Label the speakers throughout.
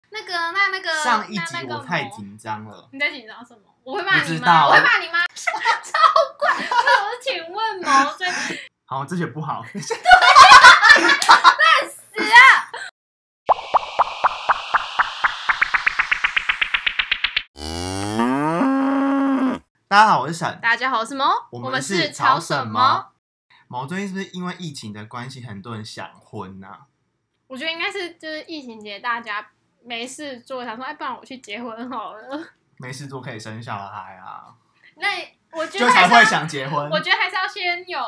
Speaker 1: 了，那那个
Speaker 2: 上一
Speaker 1: 那那
Speaker 2: 集
Speaker 1: 个
Speaker 2: 我太
Speaker 1: 某
Speaker 2: 紧张了，
Speaker 1: 你在紧张什么？我会骂
Speaker 2: 不
Speaker 1: 你
Speaker 2: 知
Speaker 1: 吗？
Speaker 2: 道
Speaker 1: 我会骂你吗？ 超怪！不是，我是请问哦毛最
Speaker 2: 好，这些不 好。 大家好，我是沈，
Speaker 1: 大家好，我是毛，我
Speaker 2: 们
Speaker 1: 是
Speaker 2: 吵
Speaker 1: 什
Speaker 2: 什
Speaker 1: 么？？
Speaker 2: 毛最近是不是因为疫情的关系，很多人想婚呐、啊？
Speaker 1: 我觉得应该是就是疫情节大家没事做，想说哎，不然我去结婚好了。
Speaker 2: 没事做可以生小孩啊，
Speaker 1: 那我觉
Speaker 2: 就
Speaker 1: 得
Speaker 2: 才
Speaker 1: 还
Speaker 2: 会
Speaker 1: 是要，
Speaker 2: 想结婚。
Speaker 1: 我觉得还是要先有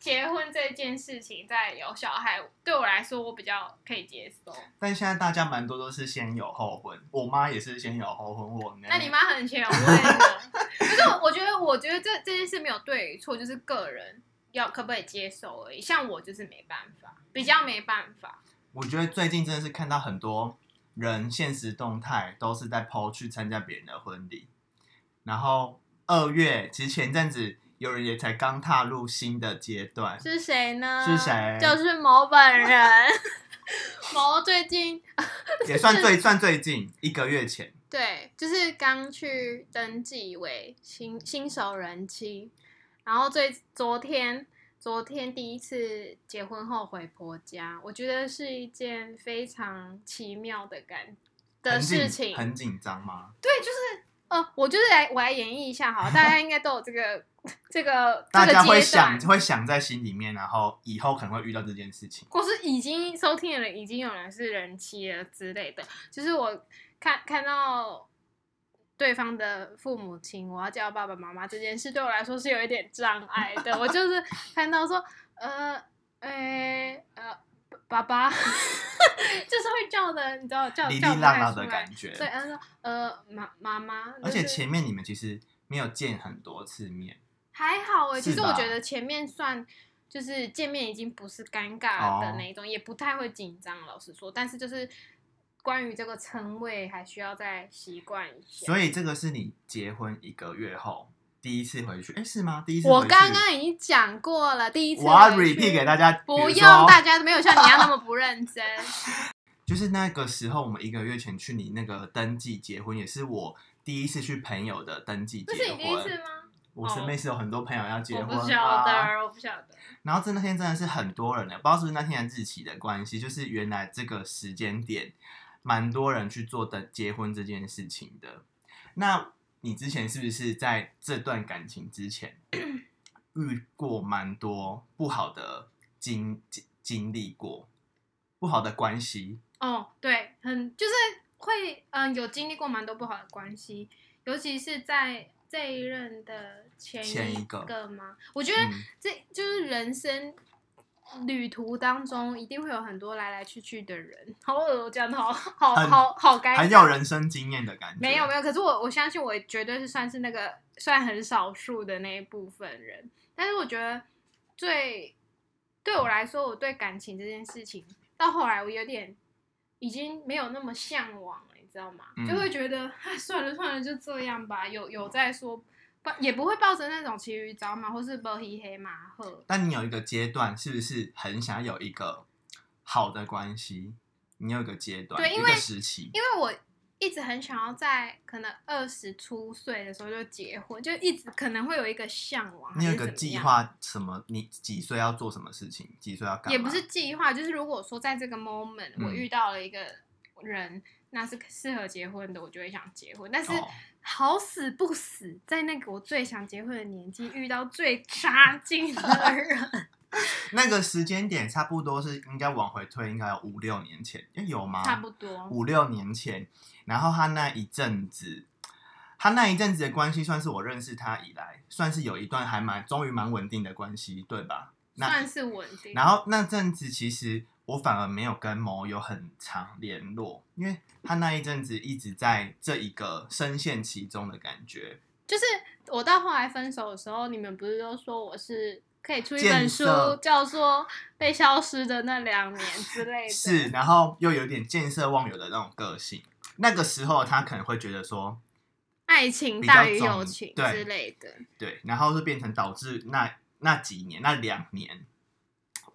Speaker 1: 结婚这件事情，再有小孩。对我来说，我比较可以接受。
Speaker 2: 但现在大家蛮多都是先有后婚，我妈也是先有后婚，我妹
Speaker 1: 那你妈很前卫的，可是我我觉得，我觉得这这件事没有对与错，就是个人要可不可以接受而已。像我就是没办法，比较没办法。
Speaker 2: 我觉得最近真的是看到很多人现实动态都是在 PO 去参加别人的婚礼，然后二月其实前阵子有人也才刚踏入新的阶段，
Speaker 1: 是谁呢？
Speaker 2: 是谁
Speaker 1: 就是某本人。 某最近啊
Speaker 2: 也算最算最近一个月前，
Speaker 1: 对，就是刚去登记为新新手人妻，然后最昨天昨天第一次结婚后回婆家，我觉得是一件非常奇妙的感的
Speaker 2: 很紧
Speaker 1: 事情，
Speaker 2: 很紧张吗？
Speaker 1: 对，就是呃，我就是来我来演绎一下好了，大家应该都有这个这个这
Speaker 2: 大
Speaker 1: 个
Speaker 2: 家会
Speaker 1: 阶
Speaker 2: 想
Speaker 1: 段，
Speaker 2: 会想在心里面，然后以后可能会遇到这件事情。
Speaker 1: 或是已经收听的人已经有人是人妻了之类的。就是我看看到对方的父母亲，我要叫爸爸妈妈这件事，对我来说是有一点障碍的。我 就是看到说，呃，诶，呃，爸爸， 就是会叫的，你知道叫
Speaker 2: 哩哩
Speaker 1: 叫不
Speaker 2: 啦
Speaker 1: 太
Speaker 2: 啦
Speaker 1: 出
Speaker 2: 的
Speaker 1: 来
Speaker 2: 感觉
Speaker 1: 对，他说呃妈妈妈，
Speaker 2: 而且
Speaker 1: 就是
Speaker 2: 前面你们其实没有见很多次面，
Speaker 1: 还好哎、
Speaker 2: 是
Speaker 1: 其实我
Speaker 2: 吧
Speaker 1: 觉得前面算就是见面已经不是尴尬
Speaker 2: 哦
Speaker 1: 的那一种，也不太会紧张，老实说。但是就是关于这个称谓，还需要再习惯一下。
Speaker 2: 所以这个是你结婚一个月后第一次回去，哎，是吗？第一次
Speaker 1: 我
Speaker 2: 回去
Speaker 1: 刚刚已经讲过了，第一次
Speaker 2: 我要
Speaker 1: 回去
Speaker 2: repeat 给大家，
Speaker 1: 不
Speaker 2: 比如
Speaker 1: 用，
Speaker 2: 说
Speaker 1: 大家没有像你一样那么不认 真。
Speaker 2: 就是那个时候，我们一个月前去你那个登记结婚，也是我第一次去朋友的登记
Speaker 1: 这
Speaker 2: 结
Speaker 1: 是你
Speaker 2: 婚。
Speaker 1: 第一次吗？
Speaker 2: 我身边是有很多朋友要结
Speaker 1: 我
Speaker 2: 婚
Speaker 1: 不晓
Speaker 2: 啊，
Speaker 1: 得，我不晓得。
Speaker 2: 然后真那天真的是很多人的，不知道是不是那天的日期的关系，就是原来这个时间点，蛮多人去做的结婚这件事情的。那你之前是不是在这段感情之前 遇过蛮多不好的经经经历过，不好的关系？
Speaker 1: 哦，对，很就是会，嗯，有经历过蛮多不好的关系，尤其是在这一任的前
Speaker 2: 前
Speaker 1: 一
Speaker 2: 一个
Speaker 1: 吗？我觉得
Speaker 2: 嗯。
Speaker 1: 这就是人生旅途当中一定会有很多来来去去的人，好恶哦，这样好好
Speaker 2: 很
Speaker 1: 好好该
Speaker 2: 很有人生经验的感觉。
Speaker 1: 没有没有，可是我我相信我绝对是算是那个算很少数的那一部分人，但是我觉得最对我来说，我对感情这件事情到后来我有点已经没有那么向往了，你知道吗？
Speaker 2: 嗯
Speaker 1: 就会觉得哎算了算了，就这样吧，有有再说。不也不会抱着那种骑驴找马或是不黑黑马赫，
Speaker 2: 但你有一个阶段，是不是很想有一个好的关系？你有一个阶段，
Speaker 1: 对因
Speaker 2: 一
Speaker 1: 为
Speaker 2: 个时期，
Speaker 1: 因为我一直很想要在可能二十出岁的时候就结婚，就一直可能会有一个向往。
Speaker 2: 你有一
Speaker 1: 还是
Speaker 2: 个
Speaker 1: 怎么
Speaker 2: 计
Speaker 1: 样
Speaker 2: 划，什么？你几岁要做什么事情？几岁要干嘛？
Speaker 1: 也不是计划，就是如果说在这个 moment
Speaker 2: 嗯
Speaker 1: 我遇到了一个人，那是适合结婚的，我就会想结婚。但是
Speaker 2: 哦
Speaker 1: 好死不死，在那个我最想结婚的年纪遇到最差劲的 人，
Speaker 2: 那个时间点，差不多是应该往回推，应该有五六年前，诶有吗？
Speaker 1: 差不多。
Speaker 2: 五六年前，然后他那一阵子，他那一阵子的关系，算是我认识他以来，算是有一段还蛮，终于蛮稳定的关系，对吧？那
Speaker 1: 算是稳定，
Speaker 2: 然后那阵子其实我反而没有跟某有很长联络，因为他那一阵子一直在这一个深陷其中的感觉，
Speaker 1: 就是我到后来分手的时候，你们不是都说我是可以出一
Speaker 2: 见
Speaker 1: 本书
Speaker 2: 色，
Speaker 1: 叫做《被消失的那两年》之类的。
Speaker 2: 是，然后又有点见色忘友的那种个性。那个时候他可能会觉得说，
Speaker 1: 爱情
Speaker 2: 比
Speaker 1: 大
Speaker 2: 较
Speaker 1: 于
Speaker 2: 重
Speaker 1: 友情
Speaker 2: 对
Speaker 1: 之类的。
Speaker 2: 对，然后就变成导致那那几年那两年，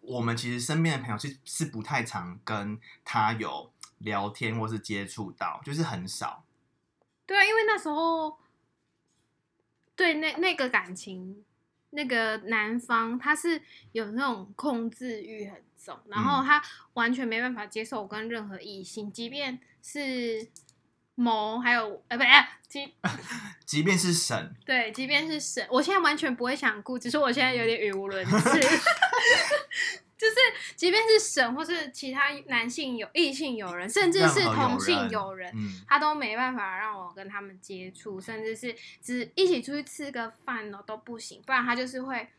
Speaker 2: 我们其实身边的朋友是是不太常跟他有聊天或是接触到，就是很少。
Speaker 1: 对啊，因为那时候对那那个感情，那个男方他是有那种控制欲很重，然
Speaker 2: 嗯
Speaker 1: 后他完全没办法接受我跟任何异性，即便是某还有呃不哎即
Speaker 2: 即便是神，
Speaker 1: 对，即便是神，我现在完全不会想顾，只是我现在有点语无伦次。 就是，即便是神或是其他男性有异性友人，甚至
Speaker 2: 任何
Speaker 1: 是
Speaker 2: 有
Speaker 1: 同性
Speaker 2: 人
Speaker 1: 友人，
Speaker 2: 嗯，
Speaker 1: 他都没办法让我跟他们接触，甚至是只一起出去吃个饭哦都不行，不然他就是会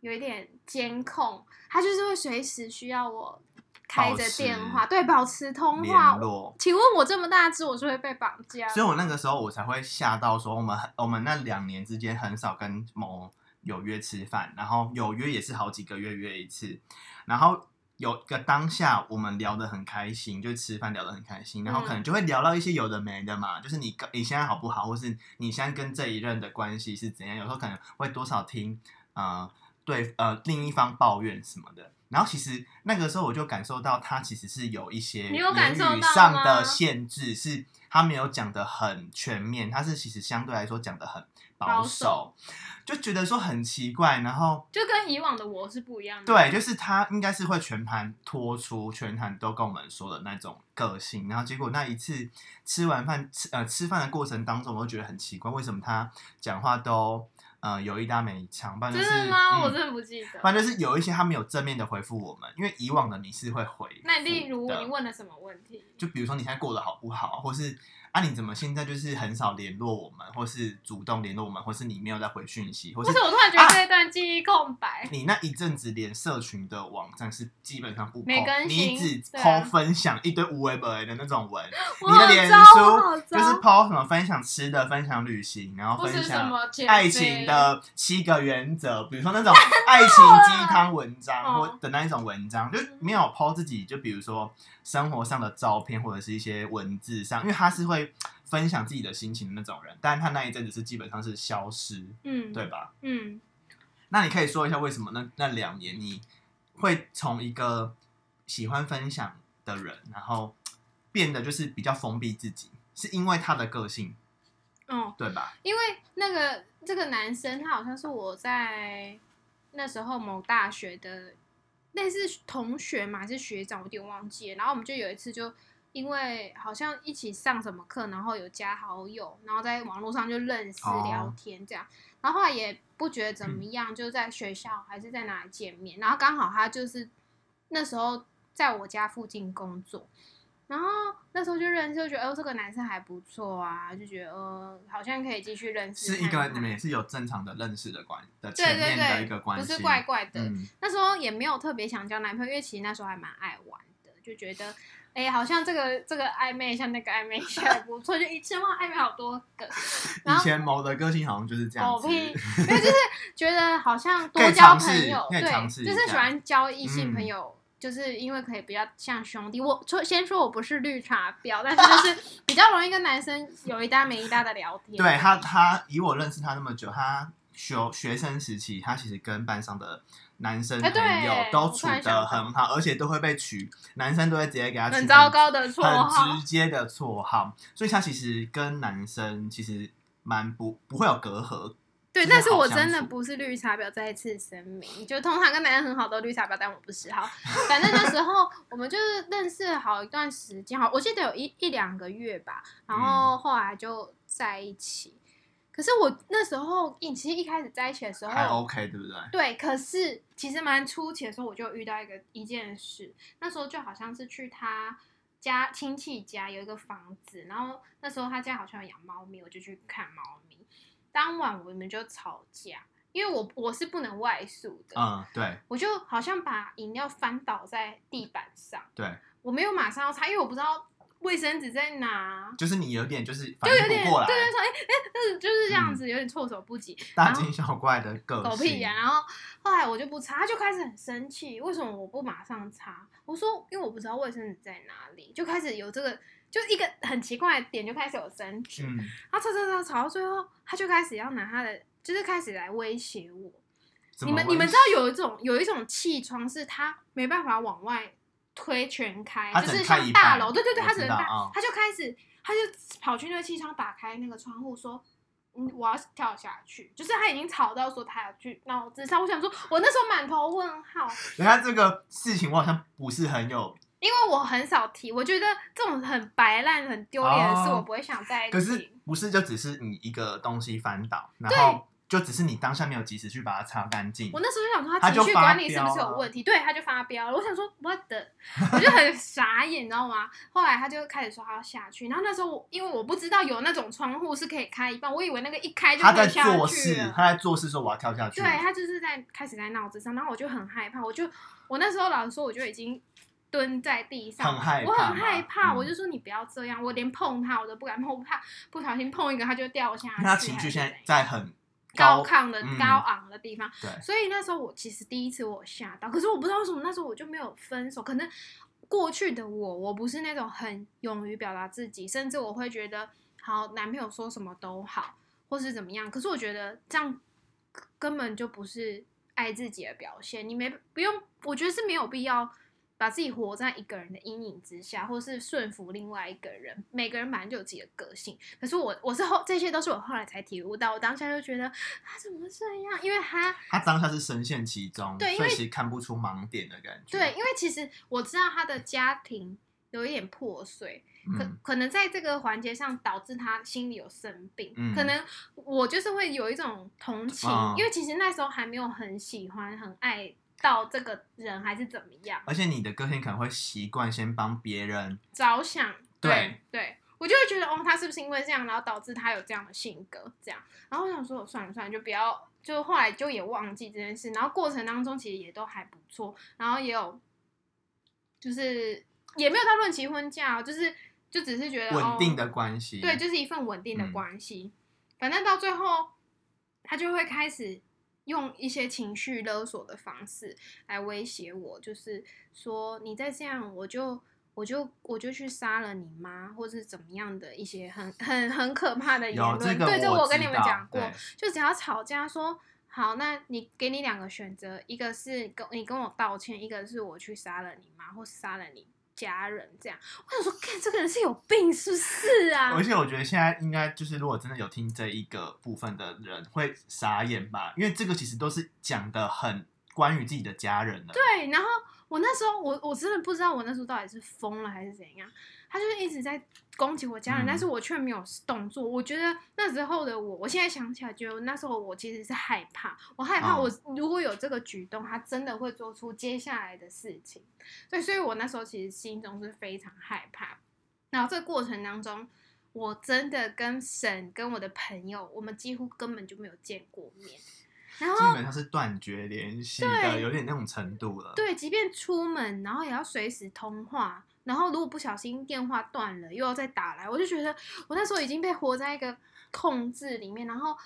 Speaker 1: 有一点监控，他就是会随时需要我开着电话，
Speaker 2: 保持
Speaker 1: 对，保持通话
Speaker 2: 联。络。哦
Speaker 1: 请问我这么大只，我是会被绑架吗？
Speaker 2: 所以我那个时候我才会吓到，说我们我们那两年之间很少跟某有约吃饭，然后有约也是好几个月约一次，然后有一个当下我们聊得很开心，就吃饭聊得很开心，
Speaker 1: 嗯
Speaker 2: 然后可能就会聊到一些有的没的嘛，就是你跟你现在好不好，或是你现在跟这一任的关系是怎样，有时候可能会多少听呃对呃另一方抱怨什么的。然后其实那个时候我就感受到他其实是有一些
Speaker 1: 你有感受到吗
Speaker 2: 言语上的限制，是他没有讲的很全面，他是其实相对来说讲的很保
Speaker 1: 保
Speaker 2: 守
Speaker 1: 守，嗯
Speaker 2: 就觉得说很奇怪。然后
Speaker 1: 就跟以往的我是不一样的。
Speaker 2: 对，就是他应该是会全盘托出，全盘都跟我们说的那种个性。然后结果那一次吃完饭，吃呃吃饭的过程当中，我就觉得很奇怪，为什么他讲话都呃有一搭没一唱，反正、
Speaker 1: 真
Speaker 2: 就是
Speaker 1: 的吗？
Speaker 2: 嗯
Speaker 1: 我真的不记得。
Speaker 2: 反正就是有一些他没有正面的回复我们，因为以往的你是会回复的。
Speaker 1: 那例如你问了什么问题？
Speaker 2: 就比如说你现在过得好不好，或是啊你怎么现在就是很少联络我们，或是主动联络我们，或是你没有在回讯息，或
Speaker 1: 不
Speaker 2: 是
Speaker 1: 是，我突然觉得这一段记忆空白。
Speaker 2: 啊你那一阵子连社群的网站是基本上不 po，
Speaker 1: 没更新
Speaker 2: 你只
Speaker 1: 对啊
Speaker 2: po 分享一堆无为本的那种文，
Speaker 1: 我
Speaker 2: 你
Speaker 1: 好
Speaker 2: 的脸
Speaker 1: 糟，我好
Speaker 2: 书就
Speaker 1: 糟。
Speaker 2: 是 po 什么分享吃的、分享旅行，然后
Speaker 1: 不
Speaker 2: 分
Speaker 1: 啊是什
Speaker 2: 享
Speaker 1: 么减
Speaker 2: 爱
Speaker 1: 肥
Speaker 2: 情的七个原则，比如说那种爱情鸡汤文章或
Speaker 1: 哦
Speaker 2: 的那一种文章，就没有 po 自己，就比如说生活上的照片或者是一些文字上，因为他是会分享自己的心情的那种人，但他那一阵子是基本上是消失，
Speaker 1: 嗯，
Speaker 2: 对吧？
Speaker 1: 嗯。
Speaker 2: 那你可以说一下为什么那那两年你会从一个喜欢分享的人，然后变得就是比较封闭自己，是因为他的个性
Speaker 1: 哦，
Speaker 2: 对吧？
Speaker 1: 因为那个这个男生他好像是我在那时候某大学的类似同学嘛，还是学长，我有点忘记了。然后我们就有一次就因为好像一起上什么课，然后有加好友，然后在网络上就认识
Speaker 2: 哦
Speaker 1: 聊天这样。然后后来也不觉得怎
Speaker 2: 嗯
Speaker 1: 么样，就在学校还是在哪里见面。然后刚好他就是那时候在我家附近工作，然后那时候就认识，就觉得哦，这个男生还不错啊，就觉得呃，好像可以继续认识
Speaker 2: 是
Speaker 1: 看看。
Speaker 2: 一个你们也是有正常的认识的关的
Speaker 1: 对
Speaker 2: 前
Speaker 1: 对
Speaker 2: 面的一个
Speaker 1: 对，
Speaker 2: 关
Speaker 1: 不
Speaker 2: 系，
Speaker 1: 是怪怪的。
Speaker 2: 嗯，
Speaker 1: 那时候也没有特别想交男朋友，因为其实那时候还蛮爱玩的，就觉得哎、好像这个这个暧昧像那个暧昧 一下还不错，就一次哇暧昧好多个，然
Speaker 2: 以
Speaker 1: 后
Speaker 2: 前某的个性好像就是这样
Speaker 1: 狗
Speaker 2: 子，
Speaker 1: 屁，没有就是觉得好像
Speaker 2: 可
Speaker 1: 多
Speaker 2: 以
Speaker 1: 交
Speaker 2: 尝试
Speaker 1: 朋友，
Speaker 2: 可以
Speaker 1: 对
Speaker 2: 尝，试一
Speaker 1: 就是喜
Speaker 2: 下
Speaker 1: 欢交异性朋
Speaker 2: 嗯
Speaker 1: 友，就是因为可以比较像兄弟。我说先说我不是绿茶婊，但是就是比较容易跟男生有一搭没一搭的聊天。
Speaker 2: 对他，他以我认识他那么久，他学学生时期，他其实跟班上的男生
Speaker 1: 哎
Speaker 2: 朋
Speaker 1: 对
Speaker 2: 友都
Speaker 1: 我突
Speaker 2: 处
Speaker 1: 然想
Speaker 2: 得
Speaker 1: 到
Speaker 2: 很好，而且都会被取，男生都会直接给他取
Speaker 1: 很糟糕的绰
Speaker 2: 很
Speaker 1: 号
Speaker 2: 直，接的绰号，所以他其实跟男生其实蛮不不会有隔阂。
Speaker 1: 对，
Speaker 2: 就是
Speaker 1: 但是
Speaker 2: 好
Speaker 1: 我
Speaker 2: 相
Speaker 1: 真的
Speaker 2: 处
Speaker 1: 不是绿茶婊，再次声明，就通常跟男人很好都绿茶婊，但我不是。好，反正那时候我们就是认识好一段时间，好，我记得有一一两个月吧，然后
Speaker 2: 嗯
Speaker 1: 后来就在一起。可是我那时候，一其实一开始在一起的时
Speaker 2: 还
Speaker 1: 候，
Speaker 2: OK，对不对？
Speaker 1: 对，可是其实蛮初期的时候，我就遇到一个一件事，那时候就好像是去他家亲戚家有一个房子，然后那时候他家好像有养猫咪，我就去看猫咪。当晚我们就吵架，因为我我是不能外宿的，
Speaker 2: 嗯，对
Speaker 1: 我就好像把饮料翻倒在地板上，
Speaker 2: 对，
Speaker 1: 我没有马上要擦，因为我不知道卫生纸在哪。
Speaker 2: 就是你有点就是反
Speaker 1: 就有
Speaker 2: 应
Speaker 1: 点
Speaker 2: 不过来
Speaker 1: 对，对对，哎、哎，就是就是这样
Speaker 2: 嗯
Speaker 1: 子，有点措手不及。
Speaker 2: 大
Speaker 1: 然后
Speaker 2: 惊小怪的个性。
Speaker 1: 啊狗屁呀、然后后来我就不擦，他就开始很生气，为什么我不马上擦？我说因为我不知道卫生纸在哪里，就开始有这个，就一个很奇怪的点就开始有争执，
Speaker 2: 嗯，
Speaker 1: 然后吵吵吵吵到最后，他就开始要拿他的，就是开始来威胁我。
Speaker 2: 怎
Speaker 1: 你
Speaker 2: 么
Speaker 1: 们
Speaker 2: 会
Speaker 1: 你们知道有一种有一种气窗是他没办法往外推全开，
Speaker 2: 他
Speaker 1: 就
Speaker 2: 只能
Speaker 1: 是
Speaker 2: 开
Speaker 1: 像
Speaker 2: 一
Speaker 1: 大
Speaker 2: 半
Speaker 1: 楼，对对对，
Speaker 2: 我
Speaker 1: 他
Speaker 2: 知
Speaker 1: 只能
Speaker 2: 道
Speaker 1: 大，
Speaker 2: 嗯
Speaker 1: 他就开始，他就跑去那个气窗，打开那个窗户说。嗯，我要跳下去，就是他已经吵到说他要去脑子上。我想说，我那时候满头问号，
Speaker 2: 人家这个事情我好像不是很有，
Speaker 1: 因为我很少提，我觉得这种很白烂、很丢脸的事，
Speaker 2: 哦
Speaker 1: 我不会想在一
Speaker 2: 可是
Speaker 1: 起。
Speaker 2: 不是就只是你一个东西翻倒，然后就只是你当下没有及时去把它擦干净
Speaker 1: 我。那时候就想说，
Speaker 2: 他
Speaker 1: 他
Speaker 2: 就
Speaker 1: 情绪
Speaker 2: 发
Speaker 1: 管理是
Speaker 2: 飙
Speaker 1: 不是有
Speaker 2: 啊
Speaker 1: 问题？对，他就发飙了。我想说，what the，我就很傻眼，你知道吗？后来他就开始说他要下去，然后那时候我因为我不知道有那种窗户是可以开一半，我以为那个一开就
Speaker 2: 他
Speaker 1: 可
Speaker 2: 在
Speaker 1: 以下
Speaker 2: 做
Speaker 1: 去
Speaker 2: 事，
Speaker 1: 了。
Speaker 2: 他在做事说我要跳下去
Speaker 1: 对。他就是在开始在脑子上，然后我就很害怕，我就我那时候老实说，我就已经蹲在地上，
Speaker 2: 很害怕
Speaker 1: 我
Speaker 2: 嘛，
Speaker 1: 很害怕，
Speaker 2: 嗯
Speaker 1: 我就说你不要这样，我连碰他我都不敢碰，我怕不小心碰一个他就掉下去。
Speaker 2: 那他情绪现在在很
Speaker 1: 嗯高亢的、
Speaker 2: 嗯
Speaker 1: 高昂的地方，
Speaker 2: 对
Speaker 1: 所以那时候我其实第一次我有吓到，可是我不知道为什么那时候我就没有分手，可能过去的我，我不是那种很勇于表达自己，甚至我会觉得好男朋友说什么都好，或是怎么样，可是我觉得这样根本就不是爱自己的表现，你没不用，我觉得是没有必要。把自己活在一个人的阴影之下，或是顺服另外一个人。每个人本来就有自己的个性，可是我我是后这些都是我后来才体悟到，我当下就觉得他怎么这样？因为他
Speaker 2: 他当下是深陷其中，
Speaker 1: 对因
Speaker 2: 所
Speaker 1: 为
Speaker 2: 以其实看不出盲点的感觉。
Speaker 1: 对，，因为其实我知道他的家庭有一点破碎，可
Speaker 2: 嗯，
Speaker 1: 可能在这个环节上导致他心里有生病。
Speaker 2: 嗯
Speaker 1: 可能我就是会有一种同情，
Speaker 2: 嗯
Speaker 1: 因为其实那时候还没有很喜欢、很爱到这个人，还是怎么样
Speaker 2: 而且你的个性可能会习惯先帮别人，
Speaker 1: 着想。
Speaker 2: 对
Speaker 1: 对。我就会觉得，哦，他是不是因为这样，然后导致他有这样的性格，这样。然后我想说，算了算了，就不要，就后来就也忘记这件事。然后过程当中其实也都还不错，然后也有，就是也没有到论及婚嫁哦，就是就只是觉得
Speaker 2: 稳定、
Speaker 1: 哦
Speaker 2: 的关系。
Speaker 1: 对，就是一份稳定的
Speaker 2: 嗯
Speaker 1: 关系。反正到最后，他就会开始用一些情绪勒索的方式来威胁我，就是说你再这样，我就我就我就去杀了你妈，或是怎么样的一些很很很可怕的言
Speaker 2: 有
Speaker 1: 论。
Speaker 2: 这个
Speaker 1: 对，这我
Speaker 2: 我
Speaker 1: 跟
Speaker 2: 知
Speaker 1: 你们
Speaker 2: 道
Speaker 1: 讲过
Speaker 2: 对，
Speaker 1: 就只要吵架说。好，那你给你两个选择，一个是跟你跟我道歉，一个是我去杀了你妈，或是杀了你家人，这样。我想说，看这个人是有病是不是啊？
Speaker 2: 而且 我觉得现在应该就是，如果真的有听这一个部分的人会傻眼吧，因为这个其实都是讲的很关于自己的家人的。对，
Speaker 1: 对，然后我那时候我我真的不知道我那时候到底是疯了还是怎样，他就是一直在攻击我家人，
Speaker 2: 嗯
Speaker 1: 但是我却没有动作。我觉得那时候的我，我现在想起来，觉得那时候我其实是害怕，我害怕
Speaker 2: 哦
Speaker 1: 我如果有这个举动，他真的会做出接下来的事情。对，所以我那时候其实心中是非常害怕。然后这个过程当中，我真的跟沈跟我的朋友，我们几乎根本就没有见过面。然
Speaker 2: 基
Speaker 1: 后
Speaker 2: 本上是断绝联系的，
Speaker 1: 啊对
Speaker 2: 有点那种程度了。
Speaker 1: 对，即便出门，然后也要随时通话，然后如果不小心电话断了，又要再打来，我就觉得我那时候已经被活在一个控制里面，然后。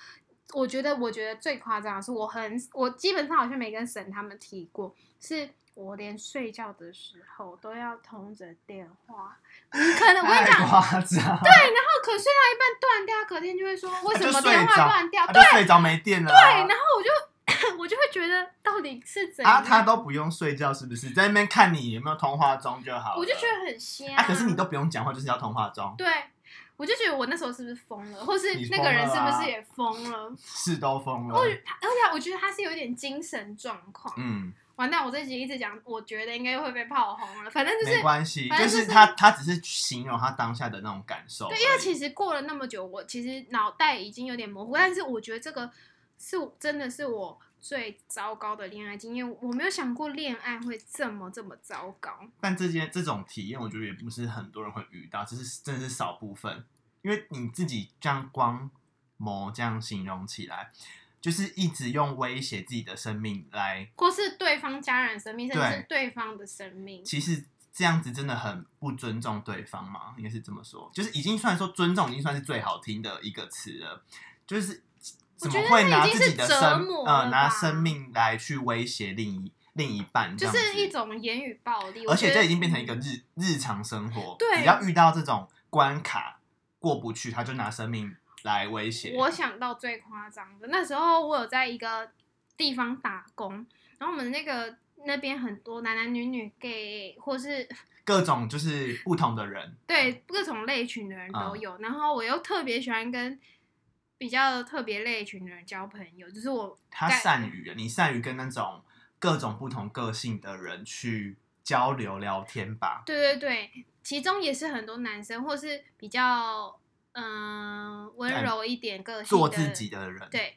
Speaker 1: 我觉得，我觉得最夸张的是，我很，我基本上好像没跟神他们提过，是我连睡觉的时候都要通着电话。你可能我跟你
Speaker 2: 太
Speaker 1: 讲，
Speaker 2: 夸张，对，
Speaker 1: 然后可睡到一半断掉，隔天就会说为什
Speaker 2: 就
Speaker 1: 么
Speaker 2: 睡
Speaker 1: 电话
Speaker 2: 着
Speaker 1: 断掉？
Speaker 2: 他
Speaker 1: 对
Speaker 2: 就睡着没电了啊、
Speaker 1: 对，然后我就 我就会觉得到底是怎样？
Speaker 2: 啊，他都不用睡觉，是不是？在那边看你有没有通话中就好了。
Speaker 1: 我就觉得很瞎、
Speaker 2: 啊，可是你都不用讲话，就是要通话中，
Speaker 1: 对，我就觉得我那时候是不是疯了，或是
Speaker 2: 你
Speaker 1: 那
Speaker 2: 疯
Speaker 1: 个人
Speaker 2: 了
Speaker 1: 是不
Speaker 2: 啊
Speaker 1: 是也疯了？
Speaker 2: 是都疯了
Speaker 1: 我。他而且我觉得他是有点精神状况。
Speaker 2: 嗯，
Speaker 1: 完蛋，我这集一直讲，我觉得应该会被炮轰了。反正就是
Speaker 2: 没关系，
Speaker 1: 反
Speaker 2: 就
Speaker 1: 正就是是
Speaker 2: 他，他只是形容他当下的那种感受而已。
Speaker 1: 对，因为其实过了那么久，我其实脑袋已经有点模糊，但是我觉得这个是真的是我最糟糕的恋爱经验。我没有想过恋爱会这么这么糟糕。
Speaker 2: 但这件这种体验，我觉得也不是很多人会遇到，只是真的是少部分。因为你自己这样光某这样形容起来，就是一直用威胁自己的生命来，
Speaker 1: 或是对方家人的生命，甚至
Speaker 2: 对
Speaker 1: 是对方的生命，
Speaker 2: 其实这样子真的很不尊重对方嘛，应该是这么说。就是已经算说尊重，已经算是最好听的一个词了，就是
Speaker 1: 我
Speaker 2: 怎
Speaker 1: 觉
Speaker 2: 么
Speaker 1: 得
Speaker 2: 会拿
Speaker 1: 那已经
Speaker 2: 自己的
Speaker 1: 是折
Speaker 2: 生
Speaker 1: 磨
Speaker 2: 呃
Speaker 1: 了吧
Speaker 2: 拿生命来去威胁另一另一半这
Speaker 1: 就
Speaker 2: 样子，
Speaker 1: 是一种言语暴力。我
Speaker 2: 而且
Speaker 1: 觉得
Speaker 2: 这已经变成一个日日常生活。
Speaker 1: 对
Speaker 2: 只要遇到这种关卡过不去，他就拿生命来威胁。
Speaker 1: 我想到最夸张的，那时候我有在一个地方打工，然后我们那个那边很多男男女女 gay 或是
Speaker 2: 各种就是不同的人，
Speaker 1: 对各种类群的人
Speaker 2: 啊
Speaker 1: 都有，然后我又特别喜欢跟比较特别类群的人交朋友，就是我
Speaker 2: 他
Speaker 1: 在
Speaker 2: 善于你善于跟那种各种不同个性的人去交流聊天吧。
Speaker 1: 对对对，其中也是很多男生或是比较嗯、呃温
Speaker 2: 敢
Speaker 1: 柔一点个性
Speaker 2: 做
Speaker 1: 的
Speaker 2: 自己的人，
Speaker 1: 对，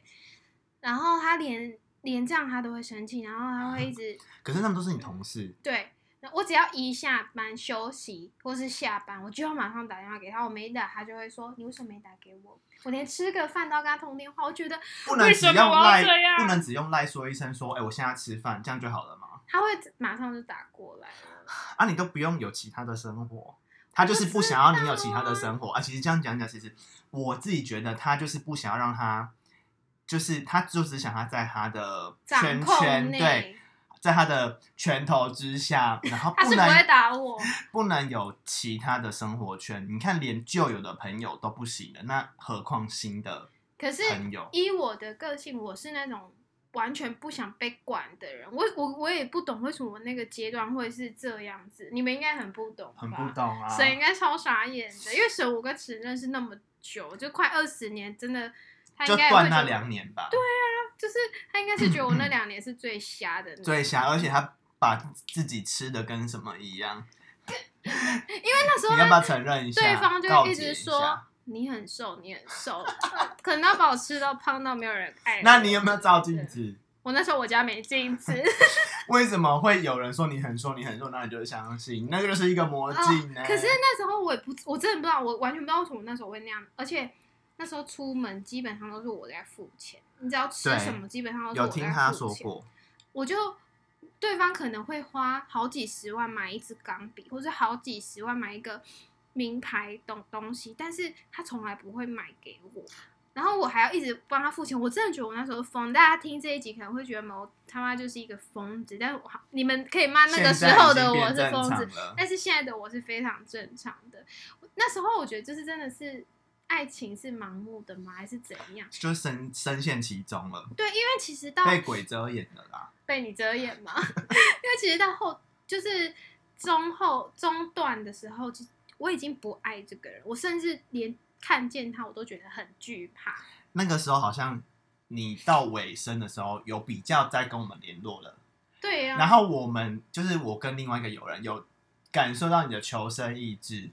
Speaker 1: 然后他连连这样他都会生气，然后他
Speaker 2: 啊
Speaker 1: 会一直
Speaker 2: 可是他们都是你同事，
Speaker 1: 对，那我只要一下班休息或是下班，我就要马上打电话给他。我没打，他就会说你为什么没打给我？我连吃个饭都要跟他通电话，我觉得
Speaker 2: 不能
Speaker 1: 为
Speaker 2: 只
Speaker 1: 什么
Speaker 2: 用
Speaker 1: 我要这
Speaker 2: 赖，
Speaker 1: 样
Speaker 2: 不能只用赖说一声说，哎、我现在吃饭，这样就好了嘛。
Speaker 1: 他会马上就打过来了。
Speaker 2: 啊，你都不用有其他的生活，他就是不想要你有其他的生活啊。其实这样讲讲，其实我自己觉得他就是不想要让他，就是他就只想他在他的
Speaker 1: 掌
Speaker 2: 圈
Speaker 1: 控
Speaker 2: 圈
Speaker 1: 内
Speaker 2: 对，在他的拳头之下，然 后
Speaker 1: 他
Speaker 2: 不
Speaker 1: 是不会
Speaker 2: 能
Speaker 1: 打我，
Speaker 2: 不能有其他的生活圈。你看，连旧有的朋友都不行了，那何况新的
Speaker 1: 可是
Speaker 2: 朋友？
Speaker 1: 依我的个性，我是那种完全不想被管的人。我我我也不懂为什么我那个阶段会是这样子，你们应该很不懂吧？
Speaker 2: 很不懂啊。
Speaker 1: 神应该超傻眼的，因为神我跟池认识那么久，就快二十年，真的他
Speaker 2: 就
Speaker 1: 应该也
Speaker 2: 断
Speaker 1: 会
Speaker 2: 那
Speaker 1: 觉得，
Speaker 2: 两年吧，对，
Speaker 1: 就是他应该是觉得我那两年是最瞎的，
Speaker 2: 最瞎，而且他把自己吃的跟什么一样，
Speaker 1: 因为那时候
Speaker 2: 你要不
Speaker 1: 他
Speaker 2: 要承认一下？
Speaker 1: 对方就
Speaker 2: 告
Speaker 1: 会一直
Speaker 2: 解下
Speaker 1: 说。你很瘦，你很瘦， 呃可能要把我吃到胖到没有人爱我。
Speaker 2: 那你有没有照镜子？
Speaker 1: 我那时候我家没镜 子，
Speaker 2: 为什么会有人说你很瘦，你很瘦，那你就相信，那个就是一个魔镜欸呢、
Speaker 1: 啊可是那时候我也不，我真的不知道，我完全不知道为什么那时候会那样，而且那时候出门基本上都是我在付钱，你只要吃
Speaker 2: 对
Speaker 1: 什么基本上都是
Speaker 2: 有
Speaker 1: 我在付
Speaker 2: 听
Speaker 1: 钱。
Speaker 2: 他说过，
Speaker 1: 我就对方可能会花好几十万买一支钢笔，或者好几十万买一个名牌东东西，但是他从来不会买给我，然后我还要一直帮他付钱。我真的觉得我那时候疯。大家听这一集可能会觉得某他妈就是一个疯子，但是我你们可以骂那个时候的我是疯子，哎
Speaker 2: 子
Speaker 1: 但是现在的我是非常正常的。我那时候我觉得就是真的是。爱情是盲目的吗？还是怎样？
Speaker 2: 就深深陷其中了，
Speaker 1: 对，因为其实到
Speaker 2: 被鬼遮眼了啦。
Speaker 1: 被你遮掩嘛， 因为其实到后就是中后中段的时候，其实我已经不爱这个人，我甚至连看见他我都觉得很惧怕。
Speaker 2: 那个时候好像你到尾声的时候有比较在跟我们联络了，
Speaker 1: 对啊呀、
Speaker 2: 然后我们就是我跟另外一个友人有感受到你的求生意志，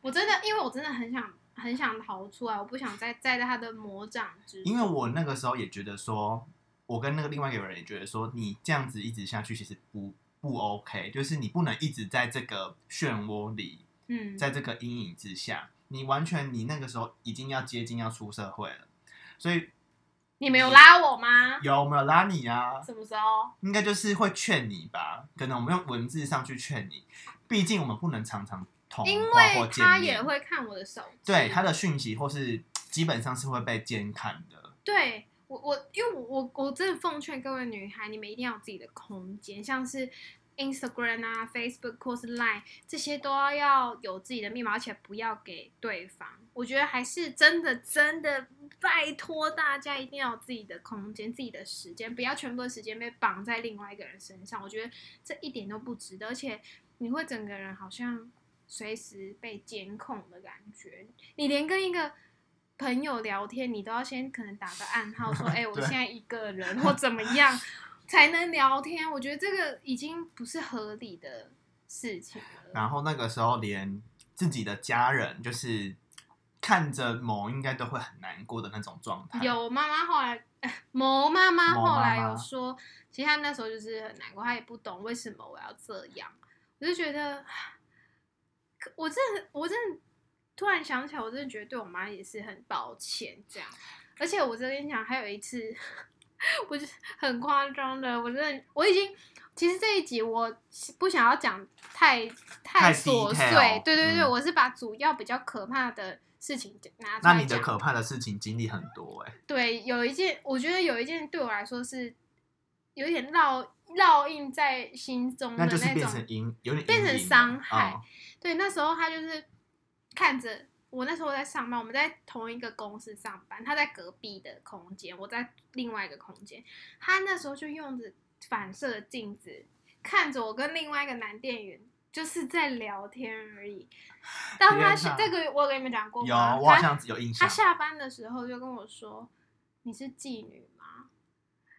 Speaker 1: 我真的，因为我真的很想很想逃出来，我不想再再在他的魔掌之中。
Speaker 2: 因为我那个时候也觉得说，我跟那个另外一个人也觉得说，你这样子一直下去其实不不 OK，就是你不能一直在这个漩涡里，
Speaker 1: 嗯，
Speaker 2: 在这个阴影之下，你完全你那个时候已经要接近要出社会了，所以
Speaker 1: 你没有拉我吗？
Speaker 2: 有没有拉你啊？
Speaker 1: 什么时候？
Speaker 2: 应该就是会劝你吧，可能我们用文字上去劝你，毕竟我们不能常常通
Speaker 1: 因
Speaker 2: 话或
Speaker 1: 为
Speaker 2: 见
Speaker 1: 他
Speaker 2: 面，
Speaker 1: 也会看我的手机，
Speaker 2: 对他的讯息或是基本上是会被监看的，
Speaker 1: 对我我，因为我我我真的奉劝各位女孩，你们一定要有自己的空间，像是 Instagram 啊、Facebook 或是 Line 这些都要要有自己的密码，而且不要给对方。我觉得还是真的真的拜托大家一定要有自己的空间、自己的时间，不要全部的时间被绑在另外一个人身上。我觉得这一点都不值得，而且你会整个人好像随时被监控的感觉。你连跟一个朋友聊天，你都要先可能打个暗号 说，哎、我
Speaker 2: 对
Speaker 1: 现在一个人或怎么 样才能聊天。我觉得这个已经不是合理的事情了。
Speaker 2: 然后那个时候连自己的家人就是看着某应该都会很难过的那种状态，
Speaker 1: 有妈妈后来， 某妈妈
Speaker 2: 某妈妈
Speaker 1: 后来有说，其实她那时候就是很难过，她也不懂为什么我要这样。我就觉得，啊可我真的，我真的突然想起来，我真的觉得对我妈也是很抱歉这样。而且我这边讲，还有一次， 我就是很夸张的，我真的我已经，其实这一集我不想要讲太
Speaker 2: 太
Speaker 1: 琐
Speaker 2: detail，
Speaker 1: 碎，对对对，
Speaker 2: 嗯
Speaker 1: 我是把主要比较可怕的事情拿出
Speaker 2: 那
Speaker 1: 来
Speaker 2: 你的
Speaker 1: 讲。
Speaker 2: 可怕的事情经历很多哎、
Speaker 1: 对，有一件，我觉得有一件对我来说是有点烙烙印在心中的
Speaker 2: 那就是
Speaker 1: 嗯那
Speaker 2: 变
Speaker 1: 种
Speaker 2: 成阴，有点
Speaker 1: 变成
Speaker 2: 阴影了
Speaker 1: 伤害
Speaker 2: 嗯
Speaker 1: 对，那时候他就是看着我，那时候在上班，我们在同一个公司上班，他在隔壁的空间，我在另外一个空间。他那时候就用着反射镜子，看着我跟另外一个男店员。就是在聊天而已。当他
Speaker 2: 天哪
Speaker 1: 这个我有跟你们讲过
Speaker 2: 有，
Speaker 1: 吗？
Speaker 2: 我好
Speaker 1: 他
Speaker 2: 像有印
Speaker 1: 他
Speaker 2: 象。
Speaker 1: 下班的时候就跟我说：“你是妓女吗？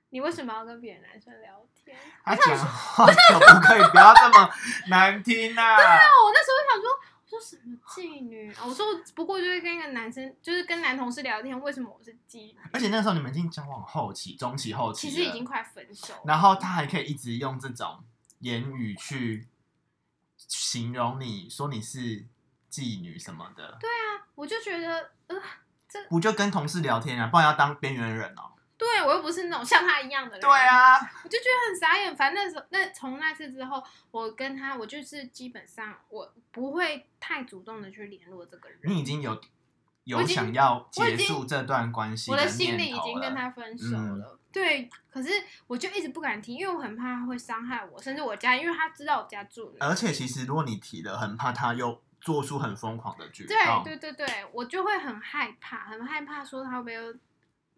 Speaker 1: 你为什么要跟别的男生聊天？”哦
Speaker 2: 他讲话可不可以不要这么难听啊？
Speaker 1: 哦，我那时候想说，我说什么妓女啊？我说不过就是跟一个男生，就是跟男同事聊天，为什么我是妓女？
Speaker 2: 而且那时候你们已经交往后期、中期、后期
Speaker 1: 其
Speaker 2: 了，
Speaker 1: 实已经快分手了。
Speaker 2: 然后他还可以一直用这种言语去形容你，说你是妓女什么的，
Speaker 1: 我就觉得，呃，
Speaker 2: 不就跟同事聊天啊？不然要当边缘人哦。
Speaker 1: 对我又不是那种像他一样的人。
Speaker 2: 对，啊，
Speaker 1: 我就觉得很傻眼。反正那时候，那从那次之后，我跟他，我就是基本上我不会太主动的去联络这个人。
Speaker 2: 你已经有
Speaker 1: 我
Speaker 2: 有
Speaker 1: 已经
Speaker 2: 想要
Speaker 1: 我已
Speaker 2: 结
Speaker 1: 经
Speaker 2: 束这段关系
Speaker 1: 我
Speaker 2: 的
Speaker 1: 心里
Speaker 2: 念
Speaker 1: 已
Speaker 2: 头
Speaker 1: 经跟
Speaker 2: 了。嗯
Speaker 1: 他分手了，对，可是我就一直不敢提，因为我很怕他会伤害我，甚至我家，因为他知道我家住哪。
Speaker 2: 而且其实如果你提了，很怕他又做出很疯狂的举
Speaker 1: 对
Speaker 2: 动。
Speaker 1: 对对对，我就会很害怕，很害怕说他会不会又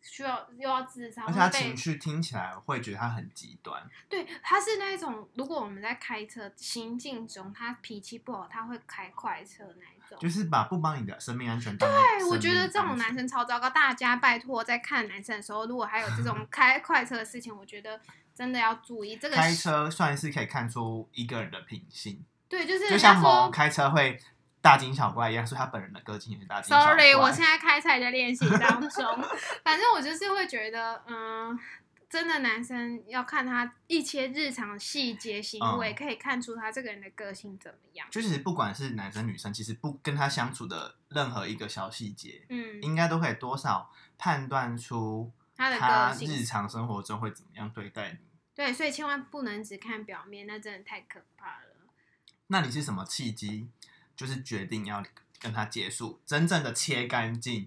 Speaker 1: 需要又要自杀，
Speaker 2: 而且
Speaker 1: 会
Speaker 2: 他
Speaker 1: 被
Speaker 2: 情绪听起来会觉得他很极端，
Speaker 1: 对他是那一种，如果我们在开车行进中，他脾气不好，他会开快车那一种。
Speaker 2: 就是把不帮你的生命安全当
Speaker 1: 对，我觉得这种男
Speaker 2: 生
Speaker 1: 生超糟糕。大家拜托，在看男生的时候，如果还有这 种开快车的事情，我觉得真的要注意。这
Speaker 2: 命
Speaker 1: 个
Speaker 2: 安全开
Speaker 1: 是
Speaker 2: 车算是可以看出一个人的品性。
Speaker 1: 对，就是
Speaker 2: 就
Speaker 1: 人
Speaker 2: 像
Speaker 1: 家
Speaker 2: 某
Speaker 1: 说
Speaker 2: 开车会大惊小怪一样，所以他本人的个性也是大惊小怪。
Speaker 1: Sorry，我现在开车也在练习当中。 反正我就是会觉得，嗯，真的男生要看他一些日常细节行为，
Speaker 2: 嗯
Speaker 1: 可以看出他这个人的个性怎么样。
Speaker 2: 就是不管是男生女生，其实不跟他相处的任何一个小细节，
Speaker 1: 嗯，
Speaker 2: 应该都可以多少判断出
Speaker 1: 他的
Speaker 2: 他
Speaker 1: 个性
Speaker 2: 日常生活中会怎么样对待你。
Speaker 1: 对，所以千万不能只看表面，那真的太可怕了。
Speaker 2: 那你是什么契机，就是决定要跟他结束，真正的切干净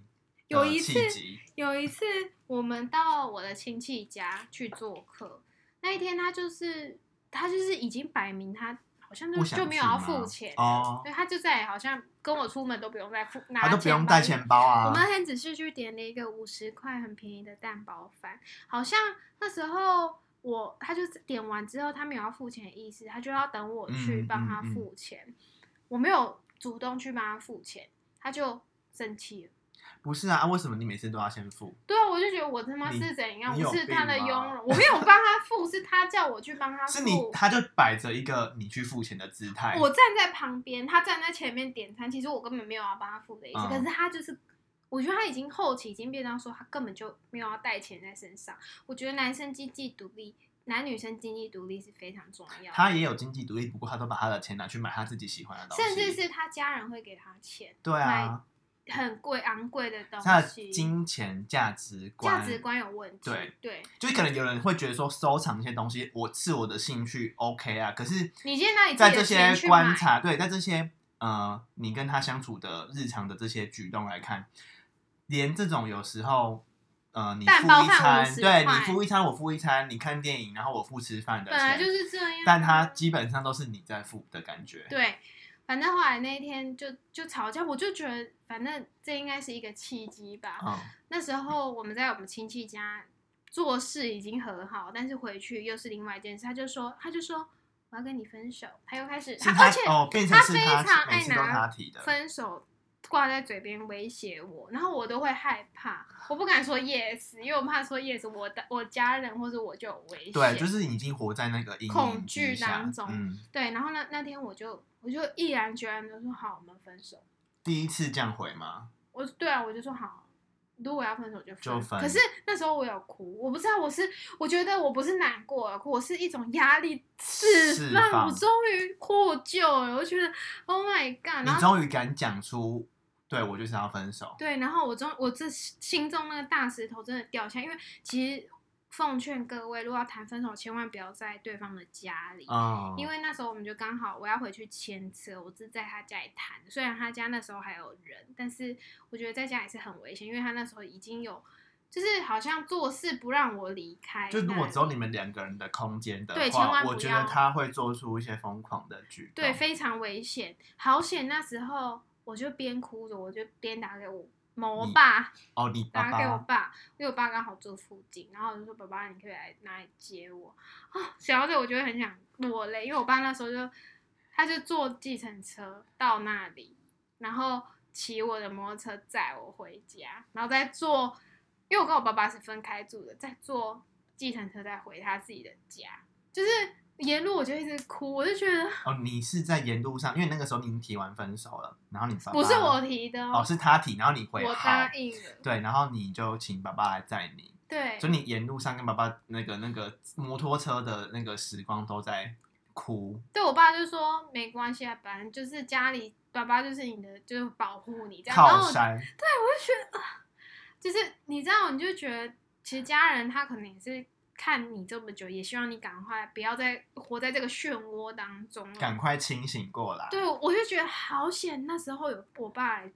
Speaker 2: 的
Speaker 1: 有一次
Speaker 2: 契机？
Speaker 1: 有一次，我们到我的亲戚家去做客，那一天他就是他就是已经摆明他好像就
Speaker 2: 不
Speaker 1: 嗯
Speaker 2: 想
Speaker 1: 就没有要
Speaker 2: 去吗
Speaker 1: 付钱，
Speaker 2: 哦，
Speaker 1: 对，他就再也好像跟我出门都不用再付，拿
Speaker 2: 他啊都不用
Speaker 1: 包
Speaker 2: 带钱包啊。
Speaker 1: 我们那天只是去点了一个五十块很便宜的蛋包饭，好像那时候我他就是点完之后，他没有要付钱的意思，他就要等我去
Speaker 2: 嗯
Speaker 1: 帮
Speaker 2: 嗯
Speaker 1: 他
Speaker 2: 嗯
Speaker 1: 付钱，我没有主动去帮他付钱，他就生气了。
Speaker 2: 不是啊，为什么你每次都要先付？
Speaker 1: 对啊，我就觉得我他妈
Speaker 2: 你
Speaker 1: 是怎样？
Speaker 2: 你有
Speaker 1: 我是他的
Speaker 2: 病
Speaker 1: 佣
Speaker 2: 吗
Speaker 1: 人，我没 有帮他付，是他叫我去帮他付。
Speaker 2: 是你，他就摆着一个你去付钱的姿态。
Speaker 1: 我站在旁边，他站在前面点餐，其实我根本没有要帮他付的意思，
Speaker 2: 嗯
Speaker 1: 可是他就是，我觉得他已经后期已经变到说他根本就没有要带钱在身上。我觉得男生经济独立，男女生经济独立是非常重要的
Speaker 2: 他也有经济独立，不过他都把他的钱拿去买他自己喜欢的东西，
Speaker 1: 甚至是他家人会给他钱，
Speaker 2: 对啊，
Speaker 1: 很贵昂贵的东
Speaker 2: 他
Speaker 1: 西，
Speaker 2: 的金钱价值观，
Speaker 1: 价值观有问题。
Speaker 2: 对
Speaker 1: 对，
Speaker 2: 就是可能有人会觉得说收藏一些东西，我是我的兴趣，OK 啊。可是
Speaker 1: 你先拿你自己
Speaker 2: 在
Speaker 1: 的
Speaker 2: 这
Speaker 1: 钱
Speaker 2: 些
Speaker 1: 去
Speaker 2: 观
Speaker 1: 买
Speaker 2: 察，对，在这些呃，你跟他相处的日常的这些举动来看，连这种有时候。呃，你
Speaker 1: 蛋
Speaker 2: 付
Speaker 1: 包
Speaker 2: 一
Speaker 1: 饭
Speaker 2: 餐，
Speaker 1: 50
Speaker 2: 对你
Speaker 1: 块
Speaker 2: 付一餐，我付一餐，你看电影，然后我付吃饭的
Speaker 1: 本来就
Speaker 2: 钱，
Speaker 1: 是这样啊。
Speaker 2: 但他基本上都是你在付的感觉。
Speaker 1: 对，反正后来那一天就就吵架，我就觉得反正这应该是一个契机吧。
Speaker 2: 嗯，
Speaker 1: 那时候我们在我们亲戚家做事已经和好，但是回去又是另外一件事。他就说，他就说我要跟你分手，他又开始，
Speaker 2: 是
Speaker 1: 而
Speaker 2: 他
Speaker 1: 且
Speaker 2: 哦，变成
Speaker 1: 他
Speaker 2: 是
Speaker 1: 非
Speaker 2: 他
Speaker 1: 常
Speaker 2: 每
Speaker 1: 爱
Speaker 2: 次都是他
Speaker 1: 拿
Speaker 2: 提的，
Speaker 1: 分手挂在嘴边威胁我，然后我都会害怕，我不敢说 yes，因为我怕说 yes，我的我家人或者我就有危险。
Speaker 2: 对，就是已经活在那个阴
Speaker 1: 恐
Speaker 2: 影
Speaker 1: 惧
Speaker 2: 之下
Speaker 1: 当中
Speaker 2: 嗯，
Speaker 1: 对。然后那那天我就我就毅然决然的说好，我们分手。
Speaker 2: 第一次这样回吗？
Speaker 1: 我对啊，我就说好，如果要分手就分。
Speaker 2: 就分
Speaker 1: 可是那时候我有哭，我不知道我是，我觉得我不是难过而哭，我是一种压力释
Speaker 2: 释放
Speaker 1: 我终于获救了，我就觉得 Oh my God！
Speaker 2: 你
Speaker 1: 然后
Speaker 2: 终于敢讲出，对我就是要分手。
Speaker 1: 对，然后我终我这心中那个大石头真的掉下，因为其实奉劝各位，如果要谈分手，千万不要在对方的家里。
Speaker 2: 嗯，
Speaker 1: 因为那时候我们就刚好我要回去牵车，我是在他家里谈。虽然他家那时候还有人，但是我觉得在家里是很危险，因为他那时候已经有，就是好像做事不让我离开。
Speaker 2: 就如果
Speaker 1: 那
Speaker 2: 只有你们两个人的空间的
Speaker 1: 对千
Speaker 2: 话，
Speaker 1: 万
Speaker 2: 我
Speaker 1: 不
Speaker 2: 觉
Speaker 1: 要
Speaker 2: 得他会做出一些疯狂的举动。
Speaker 1: 对，非常危险。好险那时候我就边哭着，我就边打给我某
Speaker 2: 你
Speaker 1: 爸
Speaker 2: 哦，你爸
Speaker 1: 打给我
Speaker 2: 爸，
Speaker 1: 爸，因为我爸刚好住附近，然后我就说爸爸，你可以来哪里接我啊、想到这我就会很想落泪，因为我爸那时候就他就坐计程车到那里，然后骑我的摩托车载我回家，然后再坐，因为我跟我爸爸是分开住的，再坐计程车再回他自己的家，就是沿路我就一直哭，我就觉得
Speaker 2: 哦，你是在沿路上，因为那个时候你已经提完分手了，然后你爸爸
Speaker 1: 不是我提的
Speaker 2: 哦，是他提，然后你回
Speaker 1: 我
Speaker 2: 好，
Speaker 1: 答应了，
Speaker 2: 对，然后你就请爸爸来载你，
Speaker 1: 对，
Speaker 2: 所以你沿路上跟爸爸那个那个摩托车的那个时光都在哭，
Speaker 1: 对我爸就说没关系啊，反正就是家里爸爸就是你的，就是保护你这样。然
Speaker 2: 靠
Speaker 1: 后我
Speaker 2: 山，
Speaker 1: 就是你知道，你就觉得其实家人他可能也是看你这么久，也希望你赶快不要再活在这个漩涡当中了。
Speaker 2: 赶快清醒过来。
Speaker 1: 对，我就觉得好险，那时候有我爸来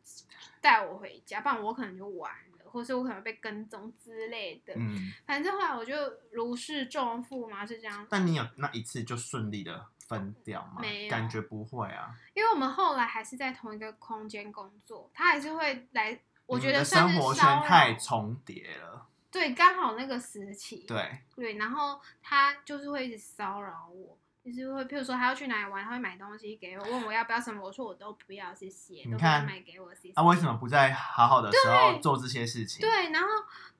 Speaker 1: 带我回家，不然我可能就完了，或是我可能被跟踪之类的。
Speaker 2: 嗯，
Speaker 1: 反正后来我就如释重负嘛，是这样。
Speaker 2: 但你有那一次就顺利的分掉吗？
Speaker 1: 没有
Speaker 2: 感觉不会啊。
Speaker 1: 因为我们后来还是在同一个空间工作，他还是会来，我觉
Speaker 2: 你
Speaker 1: 得
Speaker 2: 的
Speaker 1: 算
Speaker 2: 嗯生
Speaker 1: 是
Speaker 2: 活圈
Speaker 1: 骚扰
Speaker 2: 太重叠了。
Speaker 1: 对，刚好那个时期，
Speaker 2: 对，
Speaker 1: 对然后他就是会一直骚扰我，就是会，譬如说他要去哪里玩，他会买东西给我，问我要不要什么，我说我都不要，谢谢，
Speaker 2: 你
Speaker 1: 都不要
Speaker 2: 看
Speaker 1: 买给我，谢谢。
Speaker 2: 那、啊为什么不在好好的时候
Speaker 1: 对
Speaker 2: 做这些事情？，
Speaker 1: 对，然后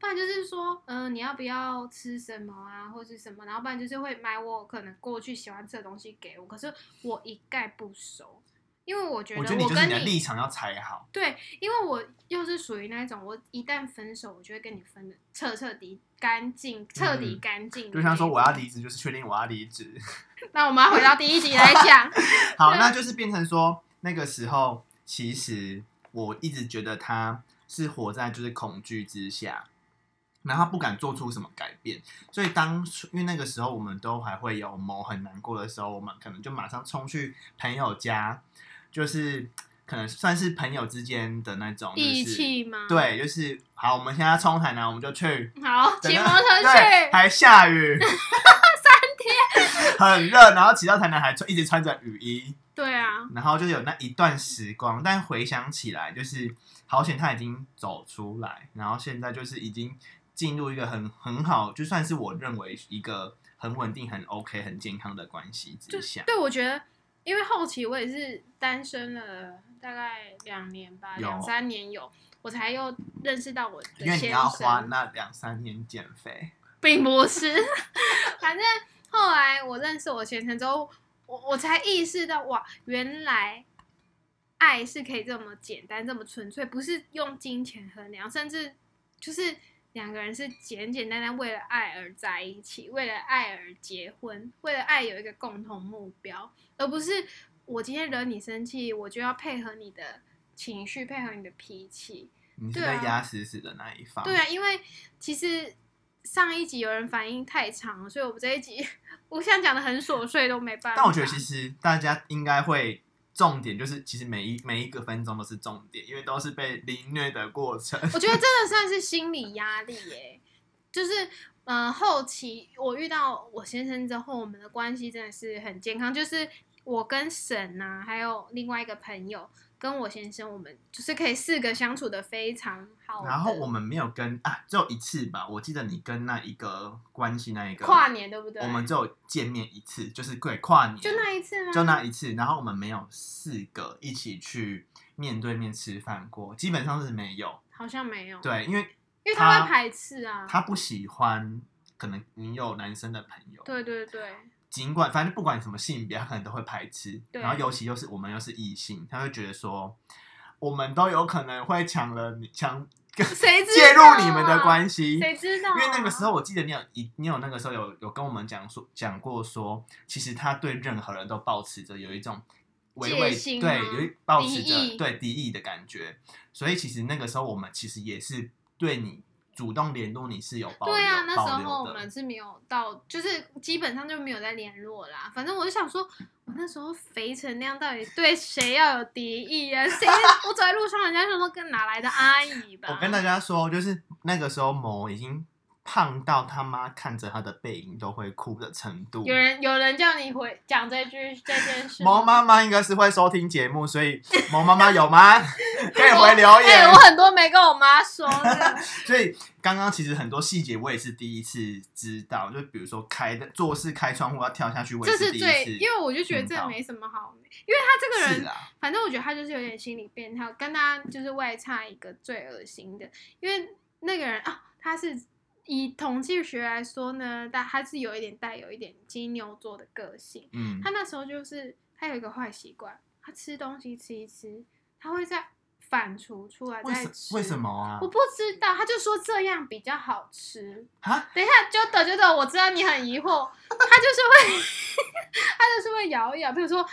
Speaker 1: 不然就是说，嗯、你要不要吃什么啊，或是什么，然后不然就是会买我可能过去喜欢吃的东西给我，可是我一概不收，因为我觉
Speaker 2: 我
Speaker 1: 得
Speaker 2: 觉得你就是
Speaker 1: 跟
Speaker 2: 你的立场要踩好。
Speaker 1: 对，因为我又是属于那种，我一旦分手，我就会跟你分的彻彻底干净，彻底
Speaker 2: 嗯
Speaker 1: 干净。
Speaker 2: 就像说我要，离职，就是确定我要离职。
Speaker 1: 那我们要回到第一集 来讲。
Speaker 2: 好，
Speaker 1: 对啊
Speaker 2: 那就是变成说那个时候，其实我一直觉得他是活在就是恐惧之下，然后不敢做出什么改变。所以当初因为那个时候我们都还会有某很难过的时候，我们可能就马上冲去朋友家，就是可能算是朋友之间的那种、就是、
Speaker 1: 义气吗？，
Speaker 2: 对，就是好，我们现在冲海南，我们就去。
Speaker 1: 好， 骑摩托
Speaker 2: 对
Speaker 1: 车去。
Speaker 2: 还 下雨，三天，很热，然后骑到台南还穿一直穿着雨衣，
Speaker 1: 对啊，
Speaker 2: 然后就有那一段时光。但回想起来，就是好险他已经走出来，然后现在就是已经进入一个很很好，就算是我认为一个很稳定、很 OK、很健康的关系之下。
Speaker 1: 对，我觉得，因为后期我也是单身了大概两年吧，
Speaker 2: 有
Speaker 1: 两三年有，我才又认识到我的
Speaker 2: 因
Speaker 1: 先
Speaker 2: 为你
Speaker 1: 生。
Speaker 2: 要花那两三年减肥，
Speaker 1: 并不是。反正后来我认识我先生之后，我我才意识到，哇，原来爱是可以这么简单，这么纯粹，不是用金钱衡量，甚至就是两个人是简简单单为了爱而在一起，为了爱而结婚，为了爱有一个共同目标，而不是我今天惹你生气，我就要配合你的情绪，配合你的脾气。
Speaker 2: 你是
Speaker 1: 对啊
Speaker 2: 被压死死的那一方。
Speaker 1: 对啊，因为其实上一集有人反应太长了，所以我们这一集 我想讲的很琐碎都没办法。
Speaker 2: 但我觉得其实大家应该会重点就是，其实每一每一个分钟都是重点，因为都是被凌虐的过程。
Speaker 1: 我觉得真的算是心理压力耶、就是嗯、呃后期我遇到我先生之后，我们的关系真的是很健康，就是我跟沈呐、还有另外一个朋友跟我先生，我们就是可以四个相处的非常好的。
Speaker 2: 然后我们没有跟啊，只有一次吧，我记得你跟那一个关系那一个
Speaker 1: 跨，年对不对？
Speaker 2: 我们只有见面一次，就是对跨年，
Speaker 1: 就那一次吗？
Speaker 2: 就那一次，然后我们没有四个一起去面对面吃饭过，基本上是没有。
Speaker 1: 好像没有。，
Speaker 2: 对，因为
Speaker 1: 因为他
Speaker 2: 他
Speaker 1: 会排斥啊。
Speaker 2: 他不喜欢，可能你有男生的朋友，
Speaker 1: 对对对。
Speaker 2: 尽管反正不管什么性别，他可能都会排斥。
Speaker 1: 对
Speaker 2: 然后尤其又是我们又是异性，他会觉得说，我们都有可能会抢了你抢
Speaker 1: 谁知道啊
Speaker 2: 介入你们的关系。
Speaker 1: 谁知道啊、
Speaker 2: 因为那个时候，我记得你有一，你有那个时候有有跟我们讲说讲过说，其实他对任何人都保持着有一种微微
Speaker 1: 戒心
Speaker 2: 对
Speaker 1: 吗
Speaker 2: 有一保
Speaker 1: 敌
Speaker 2: 持
Speaker 1: 意
Speaker 2: 着对敌意的感觉，所以其实那个时候我们其实也是对你主动联络你是有保留
Speaker 1: 对啊，那
Speaker 2: 保
Speaker 1: 时
Speaker 2: 留
Speaker 1: 候我
Speaker 2: 的
Speaker 1: 们是没有到，就是基本上就没有再联络啦。反正我就想说，我那时候肥成那样，到底对谁要有敌意啊？谁？ 我走在路上，人家就说跟哪来的阿姨吧？
Speaker 2: 我跟大家说，就是那个时候某已经胖到他妈看着他的背影都会哭的程度。
Speaker 1: 有人有人叫你回讲这句这件事吗，
Speaker 2: 毛妈妈应该是会收听节目，所以毛妈妈有 吗？可以回留
Speaker 1: 哎、
Speaker 2: 言
Speaker 1: 我。很多没跟我妈说的，
Speaker 2: 所以刚刚其实很多细节我也是第一次知道，就比如说开的做事开窗户要跳下去， 我也
Speaker 1: 这
Speaker 2: 是
Speaker 1: 是
Speaker 2: 第一
Speaker 1: 最，
Speaker 2: 次。
Speaker 1: 因为我就觉得
Speaker 2: 听
Speaker 1: 这
Speaker 2: 到
Speaker 1: 没什么好，因为他这个
Speaker 2: 是
Speaker 1: 人，
Speaker 2: 啊，
Speaker 1: 反正我觉得他就是有点心理变态，跟他就是外差一个最恶心的，因为那个人啊，他是以统计学来说呢，但他是有一点带有一点金牛座的个性，
Speaker 2: 嗯
Speaker 1: 他，那时候就是他有一个坏习惯，他吃东西吃一吃，他会在反刍出来
Speaker 2: 为
Speaker 1: 再
Speaker 2: 什
Speaker 1: 吃，
Speaker 2: 为什？么啊
Speaker 1: 我？不知道，他就说这样比较好吃。
Speaker 2: 啊，
Speaker 1: 等一下，就等就等，我知道你很疑惑，他就是会， 他就是会摇一摇。比如说，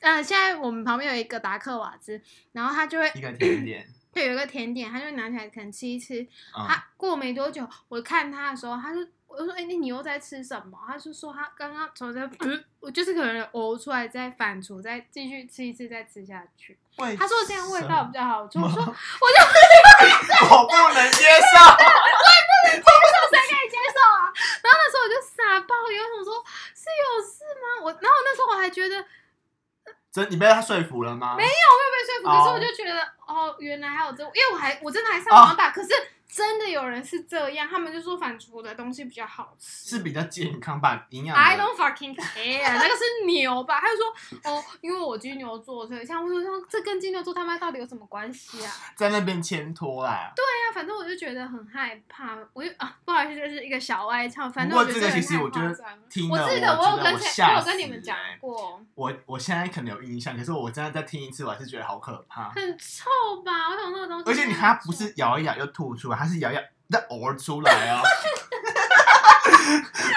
Speaker 1: 呃，现在我们旁边有一个达克瓦兹，然后他就会
Speaker 2: 一个 甜点，
Speaker 1: 就有一个甜点，他就会拿起来可能吃一吃。
Speaker 2: 嗯，
Speaker 1: 他过没多久，我看他的时候，他就我就说：“哎、那你又在吃什么？”他就说他刚刚从这，呃我就是可能呕出来，再反刍，再继续吃一次，再吃下去。
Speaker 2: 为
Speaker 1: 他说这样味道比较好吃。我说
Speaker 2: 什么 我不能接受。
Speaker 1: 谁可以接受啊？然后那时候我就傻爆，有种说是有事吗？我，然后那时候我还觉得没
Speaker 2: 真，你被他说服了吗？没有，
Speaker 1: 有被说服，
Speaker 2: 哦
Speaker 1: 可是我就觉得哦，原来还有这，因为我还我真的还上
Speaker 2: 哦
Speaker 1: 网打，可是真的有人是这样，他们就说反刍的东西比较好吃。
Speaker 2: 是比较健康吧，营养的。
Speaker 1: I don't fucking care，那个是牛吧？他就说哦，因为我金牛座，所以像我就说这跟金牛座他妈到底有什么关系啊？
Speaker 2: 在那边牵拖啦。
Speaker 1: 对啊，反正我就觉得很害怕，我就啊不好意思，这是一个小外唱，反
Speaker 2: 不
Speaker 1: 正
Speaker 2: 过
Speaker 1: 觉得
Speaker 2: 这个
Speaker 1: 很
Speaker 2: 其实
Speaker 1: 害
Speaker 2: 我觉
Speaker 1: 怕
Speaker 2: 得
Speaker 1: 这样
Speaker 2: 听
Speaker 1: 我
Speaker 2: 了，
Speaker 1: 记
Speaker 2: 记
Speaker 1: 得
Speaker 2: 得
Speaker 1: 我有跟谁，我
Speaker 2: 吓
Speaker 1: 有跟你
Speaker 2: 死
Speaker 1: 们讲
Speaker 2: 欸
Speaker 1: 过，
Speaker 2: 我我现在可能有印象，可是我真的在听一次，我还是觉得好可怕。
Speaker 1: 很臭吧？我想那个东西，
Speaker 2: 而且你它不是咬一咬就吐出来，它是咬一咬再呕出来哦。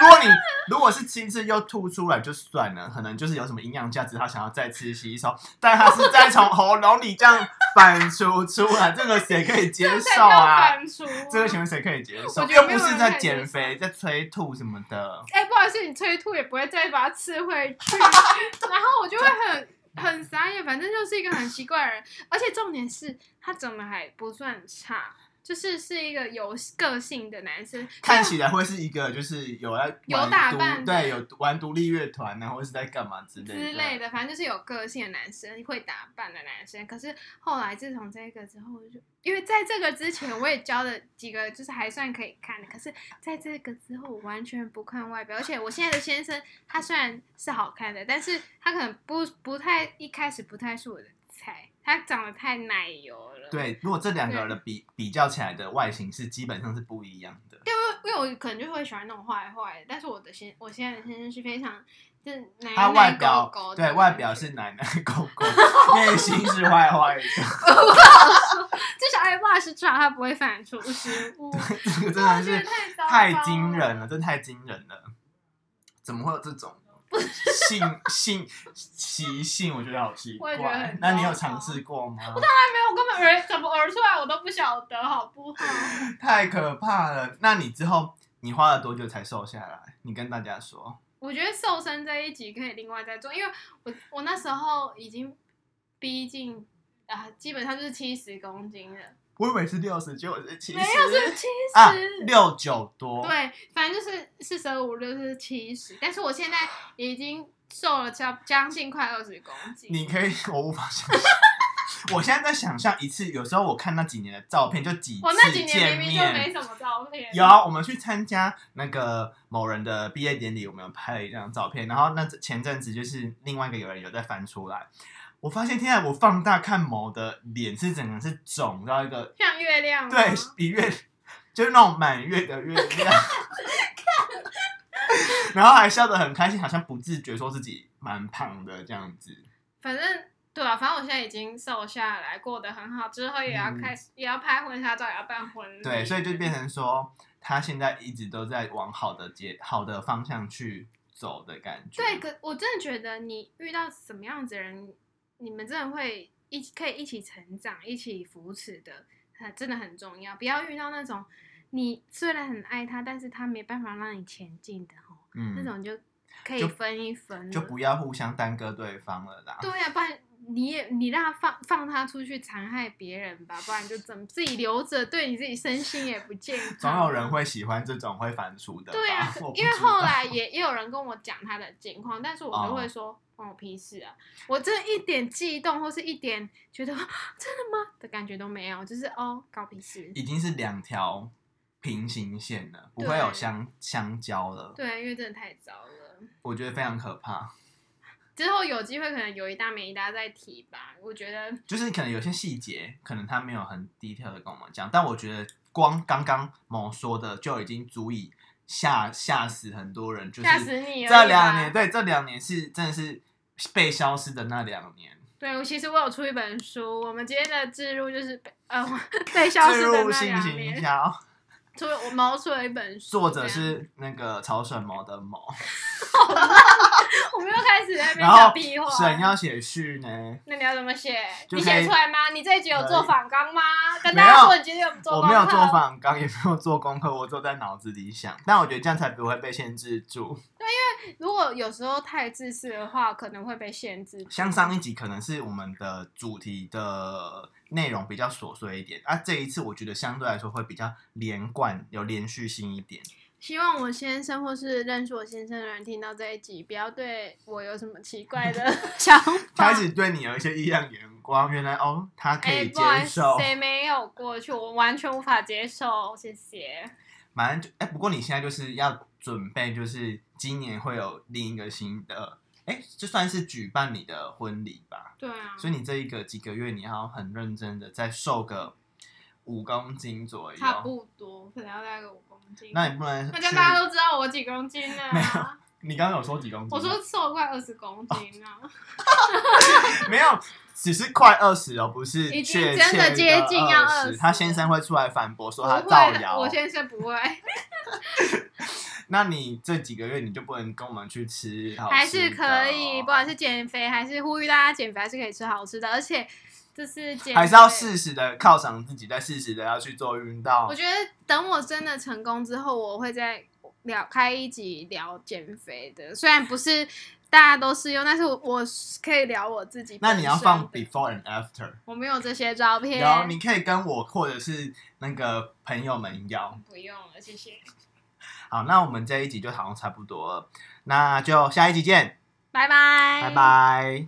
Speaker 2: 如果你如果是亲自又吐出来就算了，可能就是有什么营养价值，他想要再吃吸收，但他是再从喉咙里这样反出出来，这个谁可以接
Speaker 1: 这才
Speaker 2: 受
Speaker 1: 叫
Speaker 2: 啊？
Speaker 1: 反刍
Speaker 2: 这个请问谁可以接受？
Speaker 1: 我觉得
Speaker 2: 又
Speaker 1: 没有
Speaker 2: 不
Speaker 1: 人
Speaker 2: 是
Speaker 1: 可
Speaker 2: 在
Speaker 1: 以接
Speaker 2: 减肥，在催吐什么的。
Speaker 1: 哎、不好意思，你催吐也不会再把它吃回去， 然后我就会很很傻眼，反正就是一个很奇怪的人，而且重点是他长得还不算差，就是是一个有个性的男生，
Speaker 2: 看起来会是一个就是有在
Speaker 1: 有
Speaker 2: 玩
Speaker 1: 打
Speaker 2: 独
Speaker 1: 扮的
Speaker 2: 对，有玩独立乐团啊，或是在干嘛之类的
Speaker 1: 之类的，反正就是有个性的男生，会打扮的男生。可是后来自从这个之后，我就因为在这个之前我也交了几个，就是还算可以看的。可是在这个之后，我完全不看外表，而且我现在的先生他虽然是好看的，但是他可能不不太一开始不太是我的菜，他长得太奶油了。。
Speaker 2: 对，如果这两个的比比较起来的外形是基本上是不一样的。
Speaker 1: 因为我可能就会喜欢那种坏坏的，但是我的先我现在的先生是非常就是奶
Speaker 2: 他
Speaker 1: 奶
Speaker 2: 外
Speaker 1: 狗
Speaker 2: 表
Speaker 1: 狗的
Speaker 2: 对外
Speaker 1: 感
Speaker 2: 表
Speaker 1: 觉
Speaker 2: 是奶奶狗狗，内心是坏坏的，
Speaker 1: 就是哎爱骂是至少他不会反刍 食物。
Speaker 2: 这个真
Speaker 1: 哇
Speaker 2: 的
Speaker 1: 这个
Speaker 2: 是
Speaker 1: 太糟糕
Speaker 2: 太惊人了，真的太惊人了！怎么会有这种性性习性？我觉得好奇
Speaker 1: 我也觉得
Speaker 2: 怪
Speaker 1: 很。
Speaker 2: 那你有
Speaker 1: 糟糕
Speaker 2: 尝试过吗？
Speaker 1: 哎没有，我根本耳怎么耳出来我都不晓得，好不好？
Speaker 2: 太可怕了！那你之后你花了多久才瘦下来？你跟大家说，
Speaker 1: 我觉得瘦身这一集可以另外再做，因为我我那时候已经逼近啊、基本上就是七十公斤了，
Speaker 2: 我以为是六十，结果是七十，
Speaker 1: 没有是七十、
Speaker 2: 啊，六九多，
Speaker 1: 对，反正就是四舍五六就是七十，但是我现在已经瘦了将将近快二十公斤。
Speaker 2: 你可以， 我无法想象。我现在在想象一次，有时候我看那几年的照片，就几
Speaker 1: 我那
Speaker 2: 次
Speaker 1: 几年
Speaker 2: 见
Speaker 1: 明明就没
Speaker 2: 面。
Speaker 1: 什么照片，
Speaker 2: 有，啊我们去参加那个某人的毕业典礼，我们有拍了一张照片。然后那前阵子就是另外一个有人有在翻出来，我发现天啊，我放大看某的脸是整个是肿到一个，
Speaker 1: 像月亮吗
Speaker 2: 对比月就是那种满月的月亮， 然后还笑得很开心，好像不自觉说自己蛮胖的这样子。
Speaker 1: 反正对啊，反正我现在已经瘦下来，过得很好，之后也要开始、也要拍婚纱照，也要办婚礼，
Speaker 2: 嗯对，所以就
Speaker 1: 嗯
Speaker 2: 变成说，他现在一直都在往好的节、好的方向去走的感觉。
Speaker 1: 对。可我真的觉得你遇到什么样子的人，你们真的会一起可以一起成长、一起扶持的，呃真的很重要。不要遇到那种你虽然很爱他，但是他没办法让你前进的哦，那
Speaker 2: 嗯，
Speaker 1: 种就可以
Speaker 2: 就
Speaker 1: 分一分了
Speaker 2: 就不要互相耽搁对方了啦。
Speaker 1: 对呀、不然你也你让他放放他出去残害别人吧，不然就怎么自己留着，对你自己身心也不健康。
Speaker 2: 总有人会喜欢这种会反刍的吧。
Speaker 1: 对啊
Speaker 2: 我，不
Speaker 1: 因为
Speaker 2: 知
Speaker 1: 后
Speaker 2: 道哦
Speaker 1: 来也也有人跟我讲他的情况，但是我都会说关我屁事啊！我这一点悸动或是一点觉得啊真的吗的感觉都没有，就是哦，搞屁事。
Speaker 2: 已经是两条平行线了，不
Speaker 1: 对
Speaker 2: 会有相相交了。
Speaker 1: 对，因为真的太糟了。
Speaker 2: 我觉得非常可怕。
Speaker 1: 之后有机会可能有一搭没一搭再提吧。我觉得
Speaker 2: 就是可能有些细节，可能他没有很 detail 的跟我们讲，但我觉得光刚刚某说的就已经足以吓吓死很多人。就是
Speaker 1: 吓死你而已吧
Speaker 2: 这两年，对，这两年是真的是被消失的那两年。
Speaker 1: 对，我其实我有出一本书，我们今天的置入就是被呃 被消
Speaker 2: 置
Speaker 1: 失的
Speaker 2: 入
Speaker 1: 那
Speaker 2: 性
Speaker 1: 两
Speaker 2: 行
Speaker 1: 年，
Speaker 2: 销，
Speaker 1: 出我毛出了一本书，
Speaker 2: 哦作者是那个曹沈谋的谋，
Speaker 1: 这 样，我们又开始在那边
Speaker 2: 然后
Speaker 1: 讲屁话。
Speaker 2: 沈要写序呢，
Speaker 1: 那你要怎么写？
Speaker 2: 就
Speaker 1: 你
Speaker 2: 可以
Speaker 1: 写出来吗？你这一集有做反纲吗？跟
Speaker 2: 没
Speaker 1: 大家
Speaker 2: 有
Speaker 1: 说你今天有做
Speaker 2: 我
Speaker 1: 功
Speaker 2: 没
Speaker 1: 课？
Speaker 2: 有做访纲，也没有做功课，我只有在脑子里想。但我觉得这样才不会被限制住。
Speaker 1: 如果有时候太自私的话，可能会被限制。
Speaker 2: 像上一集可能是我们的主题的内容比较琐碎一点，啊，这一次我觉得相对来说会比较连贯，有连续性一点。
Speaker 1: 希望我先生或是认识我先生的人听到这一集，不要对我有什么奇怪的 想法
Speaker 2: 开。始对你有一些异样眼光，原来哦，他可
Speaker 1: 哎，
Speaker 2: 以
Speaker 1: 不好意
Speaker 2: 接
Speaker 1: 思
Speaker 2: 受，。
Speaker 1: 谁没有过去？我完全无法接受，谢谢。
Speaker 2: 反正就哎、不过你现在就是要准备，就是今年会有另一个新的，哎、就算是举办你的婚礼吧。
Speaker 1: 对啊，
Speaker 2: 所以你这一个几个月，你要很认真的再瘦个五公斤左右。
Speaker 1: 差不多，可能要带个五公斤。
Speaker 2: 那你不能去
Speaker 1: 那这样大家都知道我几公斤了、啊
Speaker 2: 没有哦你刚刚有说几公斤吗？
Speaker 1: 我说瘦快二十公斤啊。
Speaker 2: 没有，只是快二十哦，不是
Speaker 1: 已经
Speaker 2: 确切
Speaker 1: 真的接近要
Speaker 2: 20
Speaker 1: 20
Speaker 2: 他先生会出来反驳
Speaker 1: 不
Speaker 2: 说他造
Speaker 1: 会，
Speaker 2: 谣。
Speaker 1: 我先生 不会，
Speaker 2: 那你这几个月你就不能跟我们去吃好吃的哦哦
Speaker 1: 还是可以，不管是减肥还是呼吁大家减肥，还是可以吃好吃的，而且就是减肥
Speaker 2: 还是要。适时的犒赏自己，再适时的要去做运动
Speaker 1: 我。觉得等我真的成功之后，我会再聊开一集聊减肥的，虽然不是大家都适用，但是我我可以聊我自己本
Speaker 2: 那
Speaker 1: 身的。
Speaker 2: 你要放 before and after，
Speaker 1: 我没有这些照片，
Speaker 2: 然后你可以跟我或者是那个朋友们要。
Speaker 1: 不用了，谢谢，
Speaker 2: 好，那我们这一集就讨论差不多了，那就下一集见，
Speaker 1: 拜拜，
Speaker 2: 拜。拜。